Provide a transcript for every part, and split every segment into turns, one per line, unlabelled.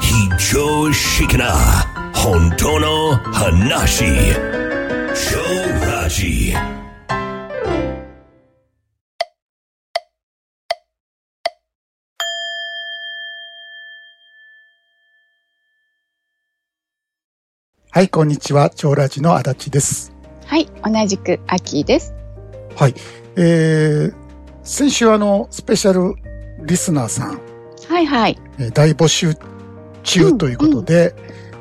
非常識な本当の話超ラジ
はい、こんにちは。長ラジの足立です。
はい、同じく秋です。
はい。えー、先週あの、スペシャルリスナーさん、
はいはい。
えー大募集
う
中
ん
ということで、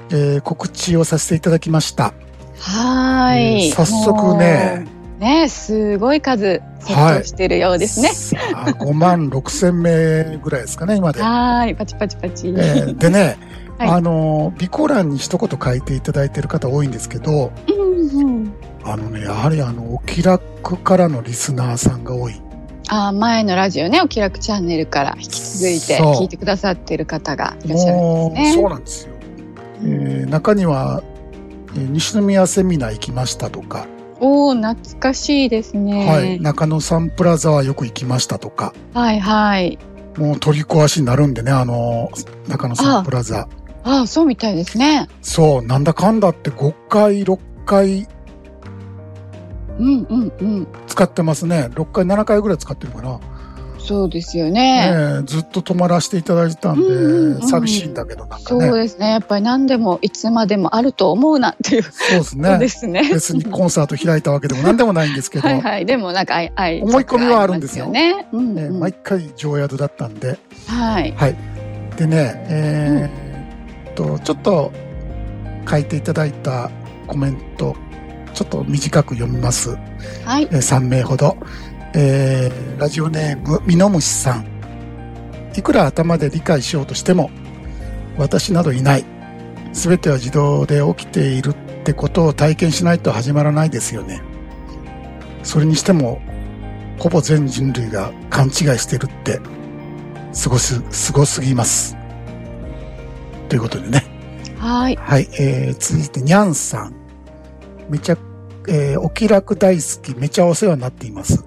えー告知をさせていただきました。
はーい、
えー早速ね
もう。ね、すごい数セットしてるようですね。
さあ、5万6千名ぐらいですかね、今で。
はーい、パチパチパチ。
えーでね、
はい
あのー、備考欄に一言書いていただいてる方多いんですけど、
うんうん。
あのね、やはりあの、お気楽からのリスナーさんが多い。
あー前のラジオね、お気楽チャンネルから引き続いて
そう
聞いてくださっている方がいらっしゃる
も
ん
う、
です
そ
ね。
うなんですよ。えー中には、えー西宮セミナー行きましたとか、
おお、懐かしいですね。
はい、中野サンプラザはよく行きましたとか、
はい、はい。
もう取り壊しになるんでね、あのー中野サンプラザ。
ああ、そうみたいですね。
そう、なんだかんだって5回、6回
うんうんうん。
使ってますね。6回、7回ぐらい使ってるかな。
そうですよね
ねえずっと泊まらせていただいてたんで、
うんうんうん
寂しいんだけど、なんか
そう
ね。
ですね。やっぱり何でもいつまでもあると思うなっていう
そうです
ことで
ね。
すね。
別にコンサート開いたわけでも何でもないんですけど、
はいはい。でもなんか愛、愛
思い込みはあるんですよ
りますよね。うん、
ね
うん
毎回常宿だったんで、
はい。
でね、えーっと、ちょっと書いていただいたコメント、ちょっと短く読みます。
はい。
えー3名ほど。えーラジオネーム、みのむしさん。いくら頭で理解しようとしても、私などいない。すべては自動で起きているってことを体験しないと始まらないですよね。それにしても、ほぼ全人類が勘違いしてるって、すごす、すごすぎます。ということでね。
はい。
はい、えー、続いて、にゃんさん。めちゃ、えーお気楽大好き、めちゃお世話になっています。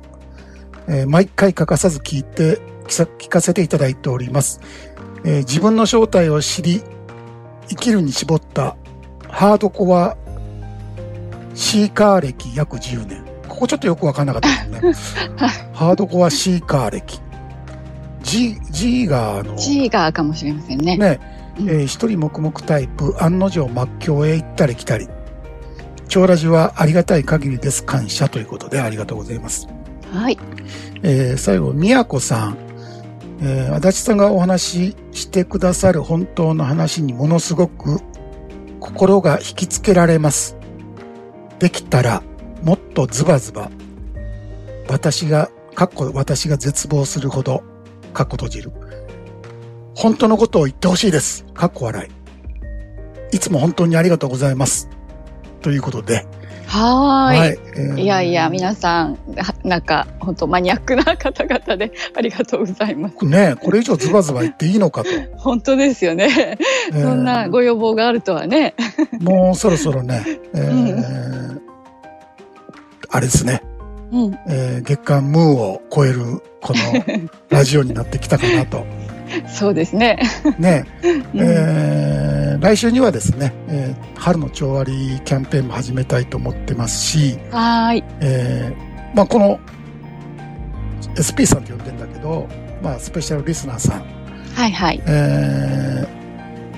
えー毎回欠かさず聞いて、聞さ聞かせていただいております。えー自分の正体を知り、生きるに絞った、ハードコア、シーカー歴約10年。ここちょっとよくわかんなかったです ね。ハードコアシーカー歴。G、G が、あの、
G がかもしれませんね。
ね、え
うん
ー一人黙々タイプ、案の定末教へ行ったり来たり。長ラジはありがたい限りです。感謝ということでありがとうございます。
はい。
えー最後、宮子さん。えー足立さんがお話ししてくださる本当の話にものすごく心が引きつけられます。できたら、もっとズバズバ。私が、かっこ私が絶望するほど、かっこ閉じる。本当のことを言ってほしいです。かっこ笑い。いつも本当にありがとうございます。ということで。
はーい。い
えー
やいや、皆さん、はなんか、本当マニアックな方々でありがとうございます。
ねこれ以上ズバズバ言っていいのか と。え
本当ですよね。
ー
そんなご要望があるとはね。
もうそろそろね、 えーあれですね、
うん。
えー月間ムーを超えるこ のラジオになってきたかなと。
そうですね。
ね、
うん
えー来週にはですね、えー春の調和りキャンペーンも始めたいと思ってますし、
はーい。
えーまあこの SP さんって呼んでんだけど、まあスペシャルリスナーさん、
はいはい。
え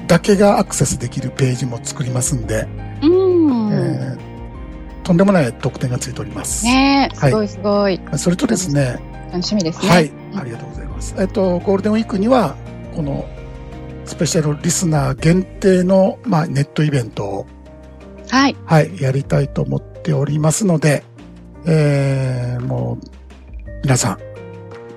ーだけがアクセスできるページも作りますんで、
う
え
ん。
ーとんでもない特典がついております。
ねえ、
はい
すごいすごい。
それとですね、
楽しみですね。
はい、ありがとうございます。えっと、ゴールデンウィークには、このスペシャルリスナー限定の、まあ、ネットイベントを、
はい。
はい、やりたいと思っておりますので、えー、もう、皆さん、
う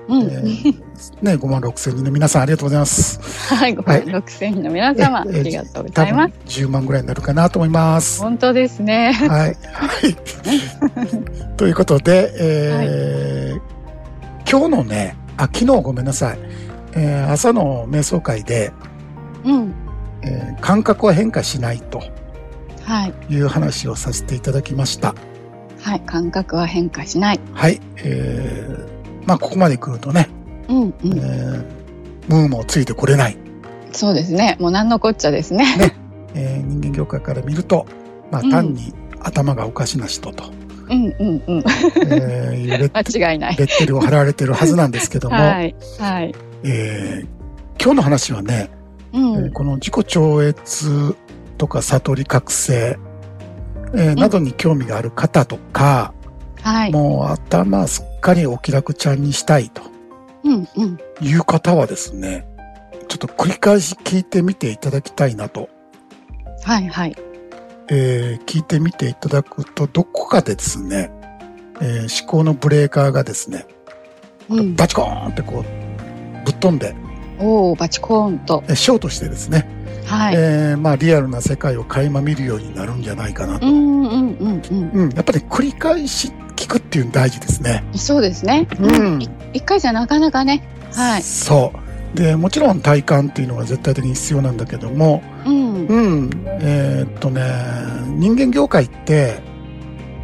え
ん。
ーね、5万6千人の皆さんありがとうございます。
はい、ご
はい
覧6千人の皆様、あ
ええ
りがとうご
多
ざい
分
ます。
10万ぐらいになるかなと思います。
本当ですね。
はい、はい。 ということで、えー今日のね、あ、昨日ごめんなさい、えー朝の瞑想会で、
うん。
えー感覚は変化しないと
はい。
いう話をさせていただきました。
はい。感覚は変化しない。
はい。えーまあ、ここまで来るとね、
うんう
え
ん。
ームーもついてこれない。
そうですね。もう何のこっちゃですね。
えー人間業界から見ると、まあ、
うん
単に頭がおかしな人と、
うんうん うん。
えーいうレッ
間違いない。
レッテルを貼られてるはずなんですけども、
はい。はい。
えー今日の話はね、
うん。
えーこの自己超越とか悟り覚醒、えーなどに興味がある方とか、
はい。
もう頭すっかりお気楽ちゃんにしたいと
うんうん。
いう方はですね、ちょっと繰り返し聞いてみていただきたいなと、
はいはい。
えー聞いてみていただくと、どこかでですね、えー思考のブレーカーがですね、
うん。
バチコーンってこう、ぶっ飛んで、
おお、バチコーンと。
えーショーとしてですね、
はい。
えーまあリアルな世界を垣間見るようになるんじゃないかなと。
うんうんうんうん。
うん、やっぱり繰り返し聞くっていうの大事ですね。
そうですね。
うん
い一回じゃなかなかね。はい。
そう。で、もちろん体感っていうのが絶対的に必要なんだけども、
うん。
うん、えーっとね、人間業界って、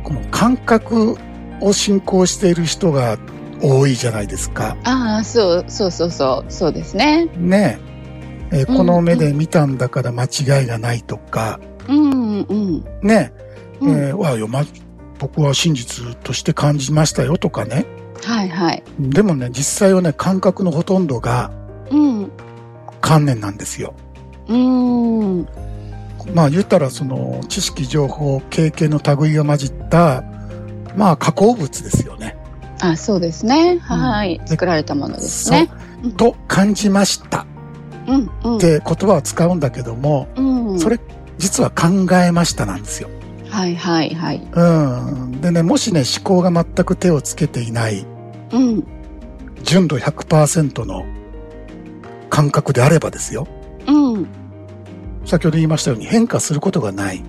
この感覚を信仰している人が多いじゃないですか。
ああ、そうそうそうそう。そうですね。
ねえ。えー
うん
この目で見たんだから間違いがないとか、
うんうん。
ねえ、
うん
えーわあよ、ま、僕は真実として感じましたよとかね。
はいはい。
でもね、実際はね、感覚のほとんどが、
うん。
観念なんですよ。
うん。
まあ言ったらその知識、情報、経験の類が混じった、まあ加工物ですよね。
あそうですね。はい。
ん
作られたものですね。
そうと感じましたっ
うんうん。
て言葉を使うんだけども、
うん。
それ実は考えましたなんですよ。
はいはいはい。
うん。でね、もしね、思考が全く手をつけていない、
うん。
純度100%の感覚であればですよ。
うん。
先ほど言いましたように変化することがない。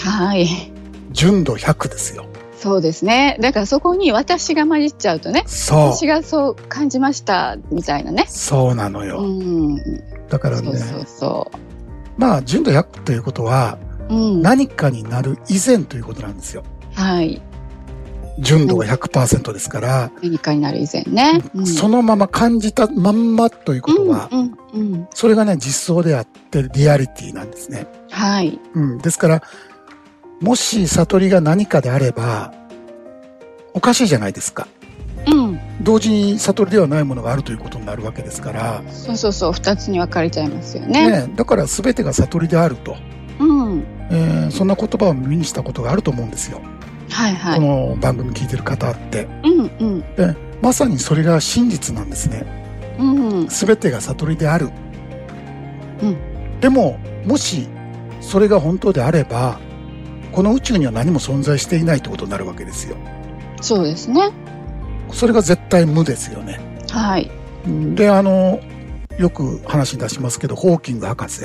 はい。
純度100ですよ。
そうですね。だからそこに私が混じっちゃうとね。
そう。
私がそう感じましたみたいなね。
そうなの
う
よ。
ん。
だから
そう
ね、
そうそ
まあ、純度100ということは、
う。うん。
何かになる以前ということなんですよ。
はい。
純度が100%ですから、
何かになる以前ね。うん、
そのまま感じたまんまということは、
うんうんうん。
それがね、実相であってリアリティなんですね。
はい。
うん。ですから、もし悟りが何かであれば、おかしいじゃないですか。
うん。
同時に悟りではないものがあるということになるわけですから、
そうそうそう。二つに分かれちゃいますよね。
ね、だから全てが悟りであると、
うん。
えーそんな言葉を耳にしたことがあると思うんですよ。
はい
こ
はい。
の番組聞いてる方って。
うんうん。
まさにそれが真実なんですね。
うん。
全てが悟りである、
う
でももしそれが本当であればこの宇宙には何も存在していないってことになるわけですよ
そうですね。
それが絶対無ですよね
はい。
うんであのよく話に出しますけどホーキング博士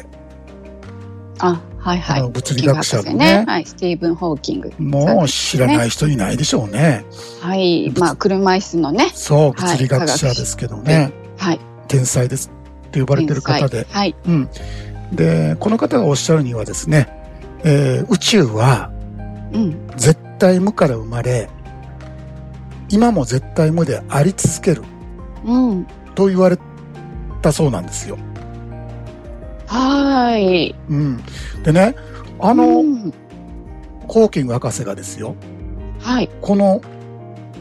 あ、はいは
あ
い。
の物理学者のね
ホーキング博士はい。スティーブン・ホーキング。
もう知らない人いないでしょうね
はい。まあ、車椅子のね。
そう
はい
物理学者ですけどね、
はい。
天才ですって呼ばれてる方で
天才はい。
うんでこの方がおっしゃるにはですね、えー宇宙は
うん。
絶対無から生まれ今も絶対無であり続ける
うん。
と言われたそうなんですよ。
はーい。
うん、でねあの、
うん
ホーキング博士がですよ
はい。
この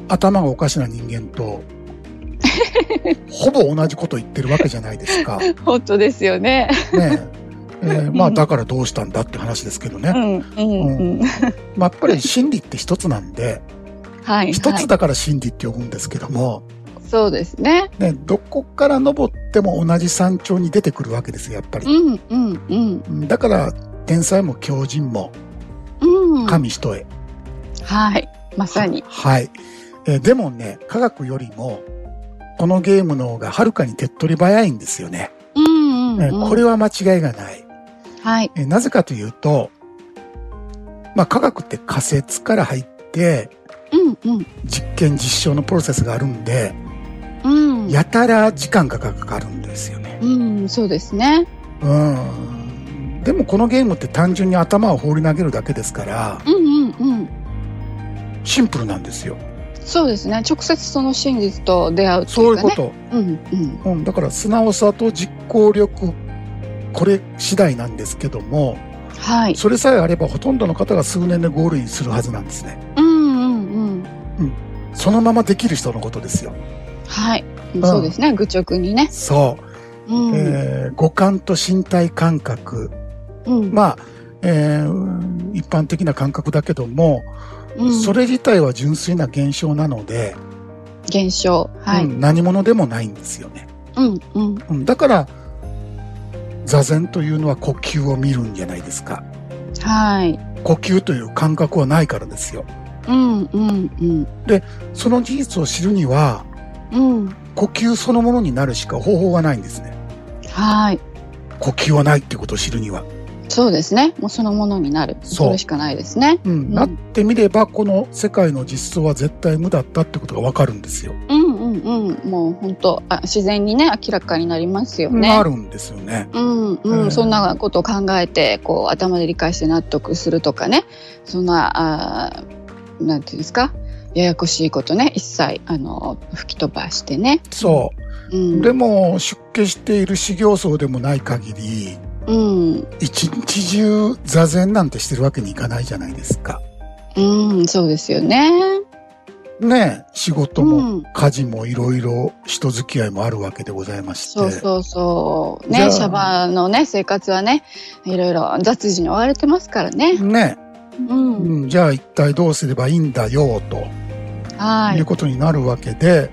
頭がおかしな人間とほぼ同じこと言ってるわけじゃないです か。ね
本当ですよ ね。
ええーまあだからどうしたんだって話ですけど
う
ね、
ん。うん。うん。
まあ、やっぱり真理って一つなんで
はい。
一
は
つ
い。
だから真理って呼ぶんですけども、
そうですね。
ね、どこから登っても同じ山頂に出てくるわけですよやっぱり。
うん。うん。うん。
うんだから天才も狂人も
うん。
神一重、
はい。まさに。
はい、えーでもね科学よりもこのゲームの方がはるかに手っ取り早いんですよね、
うん。う
え
ん。
ーこれは間違いがない、
はい。
えーなぜかというと、まあ、科学って仮説から入って
うん。うん。
実験実証のプロセスがあるんで
うん。
やたら時間がかかるんですよね
うん。そうですね。
うんでもこのゲームって単純に頭を放り投げるだけですから
うん。うん。うん。
シンプルなんですよ
そうですね。直接その真実と出会うってい
そうい
う
う
か
こ
ね。
と、
うん。うん。
うん、だから素直さと実行力これ次第なんですけども、
はい。
それさえあればほとんどの方が数年でゴールインするはずなんですね。
うんうんうん。
そのままできる人のことですよ。
はい。そうですね。愚直にね。
そうう。
ん。
えー五感と身体感覚。
うん
まあ、えーうん一般的な感覚だけども、
うん
それ自体は純粋な現象なので、
現象。はい。
う
うん
ん何者でもないんですよね。
うん。
うんだから、座禅というのは呼吸を見るんじゃないですか。
はい。
呼吸という感覚はないからですよ。
うんうんうん。
その事実を知るには、
うん。
呼吸そのものになるしか方法がないんですね。
はい。
呼吸はないってことを知るには。
そうですね。もうそのものになる。
そう
それしかないですね。
うん、なってみれば、この世界の実相は絶対無だったってことがわかるんですよ。
うんうんうん。もう本当あ自然にね明らかになりますよね。
なるんですよね。
うんうん、
うん
そんなことを考えてこう頭で理解して納得するとかねそんなあーなんていうんですかややこしいことね一切あの吹き飛ばしてね。
そうう。
ん、
でも、出家している修行僧でもない限り、
うん
一日中座禅なんてしてるわけにいかないじゃないですか。
うん、そうですよね。
ねえ、仕事も
うん、
家事もいろいろ人付き合いもあるわけでございまして。
そうそうそう。
じゃ
ね
あ
シャバのね生活はねいろいろ雑事に追われてますからね。
ね
うん、
え、うん、じゃあ一体どうすればいいんだよ、と。
はいいう
ことになるわけで、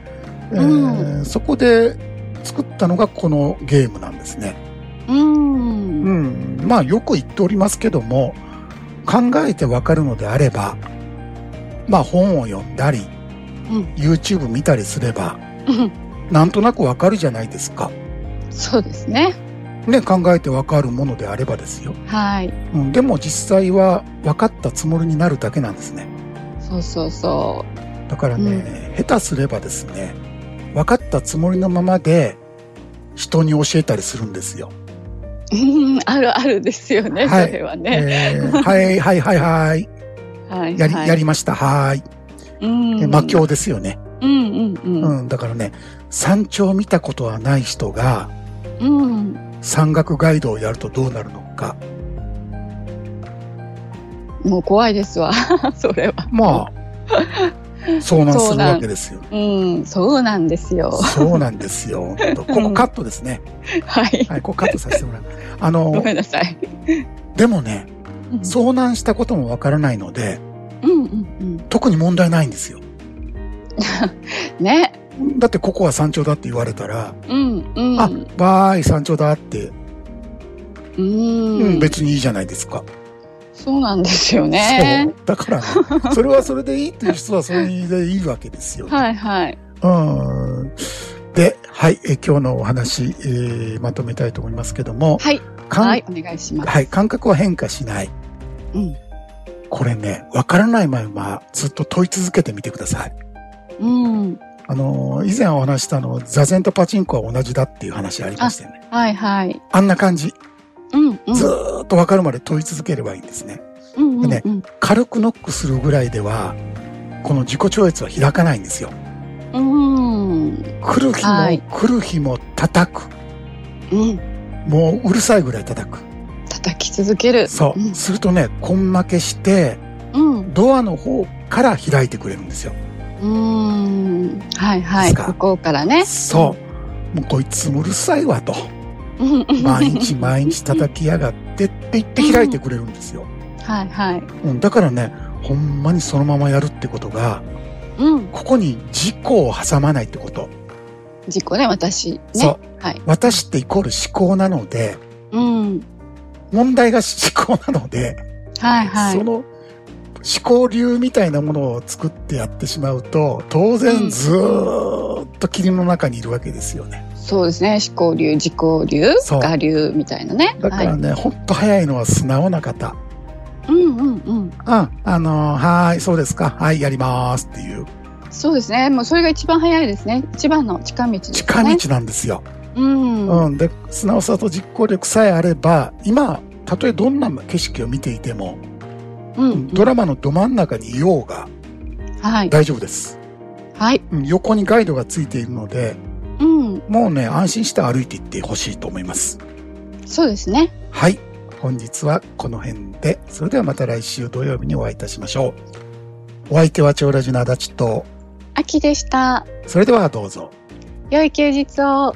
えーそこで作ったのがこのゲームなんですね。
うん、
うん、まあよく言っておりますけども、考えてわかるのであれば、まあ本を読んだり、
ん
YouTube 見たりすれば、なんとなくわかるじゃないですか。
そうですね。
ね、考えてわかるものであればですよ。
はい。
うん、でも実際は分かったつもりになるだけなんですね。
そうそうそ
だからね、下手すればですね、分かったつもりのままで、人に教えたりするんですよ。
う。うんあるあるですよね。
はい
それはね。
え ーはいはいはいはい。
はい。
やり、
はい
やりました。はーい。
うん。
魔境ですよね。
うんうんうん。
うん、だからね、山頂見たことはない人が
うん。
山岳ガイドをやるとどうなるのか。
もう怖いですわ。 それは。
ま あ、遭難す
遭
る
難
わけですよ。
うん。そうなんですよ。
そうなんですよ。ほんとここカットですね。
はい。
はい、ここカットさせてもらう。あ
ご
の、
めんなさい。
でもね、
うん
遭難したこともわからないので、
うんうん
特に問題ないんですよ。
うん。ね。
だってここは山頂だって言われたら、
うんうん。
あ、バーイ山頂だって、
う
うんん、。別にいいじゃないですか。
そうなんですよね。
そう。だから、 ね、それはそれでいいっていう人はそれでいいわけですよね、
はいはい。
うんで、はい、え今日のお話、えーまとめたいと思いますけども、
はい。
かん
はい。お願いします。
はい感覚は変化しない。
うん。
これね、わからないままずっと問い続けてみてください。
うん。
あのー以前お話ししたあの、座禅とパチンコは同じだっていう話ありましたよね。
はいはい。
あんな感じ、
うんうん。
ずーっとわかるまで問い続ければいいんですね。
うんうん
ね
うん。
軽くノックするぐらいでは、この自己超越は開かないんですよ。
うん。
来る日も、
はい
来る日も叩く。
うん。
もううるさいぐらい叩く。
叩き続ける。
そう。
うん
するとね、根負けして、
うん。
ドアの方から開いてくれるんですよ。
うん。はいは
です
い。
か
ここからね。
そう。もうこいつうるさいわと。
うん。
毎日毎日叩きやがってって言って開いてくれるんですよ。
はいはい。
うん、だからね、ほんまにそのままやるってことが、
うん。
ここに自己を挟まないってこと。
自己ね、私。ね。
そう。
はい。
私ってイコール思考なので、
うん。
問題が思考なので、
はいは
そ
い。
の思考流みたいなものを作ってやってしまうと、当然ずーっと霧の中にいるわけですよね。
そうですね。思考流、自己流
そう、
我流みたいなね。
だか
は
ら
い。
ね、ほんと早いのは素直な方。
うんうんうん。
うん、あのーはーい、そうですか、はい、やりますっていう
そうですね。もうそれが一番早いですね。一番の近道ですね。
近道なんですよ。
うん。
う
うん
ん、で、素直さと実行力さえあれば、今、たとえどんな景色を見ていても、
うん。
ドラマのど真ん中にいようが
はい。
大丈夫です。
はい。
うん、横にガイドがついているので、
うん。
もうね、安心して歩いていってほしいと思います。
そうですね。
はい。本日はこの辺で、それではまた来週土曜日にお会いいたしましょう。お相手は長ラジの足立と、
秋でした。
それではどうぞ。
良い休日を。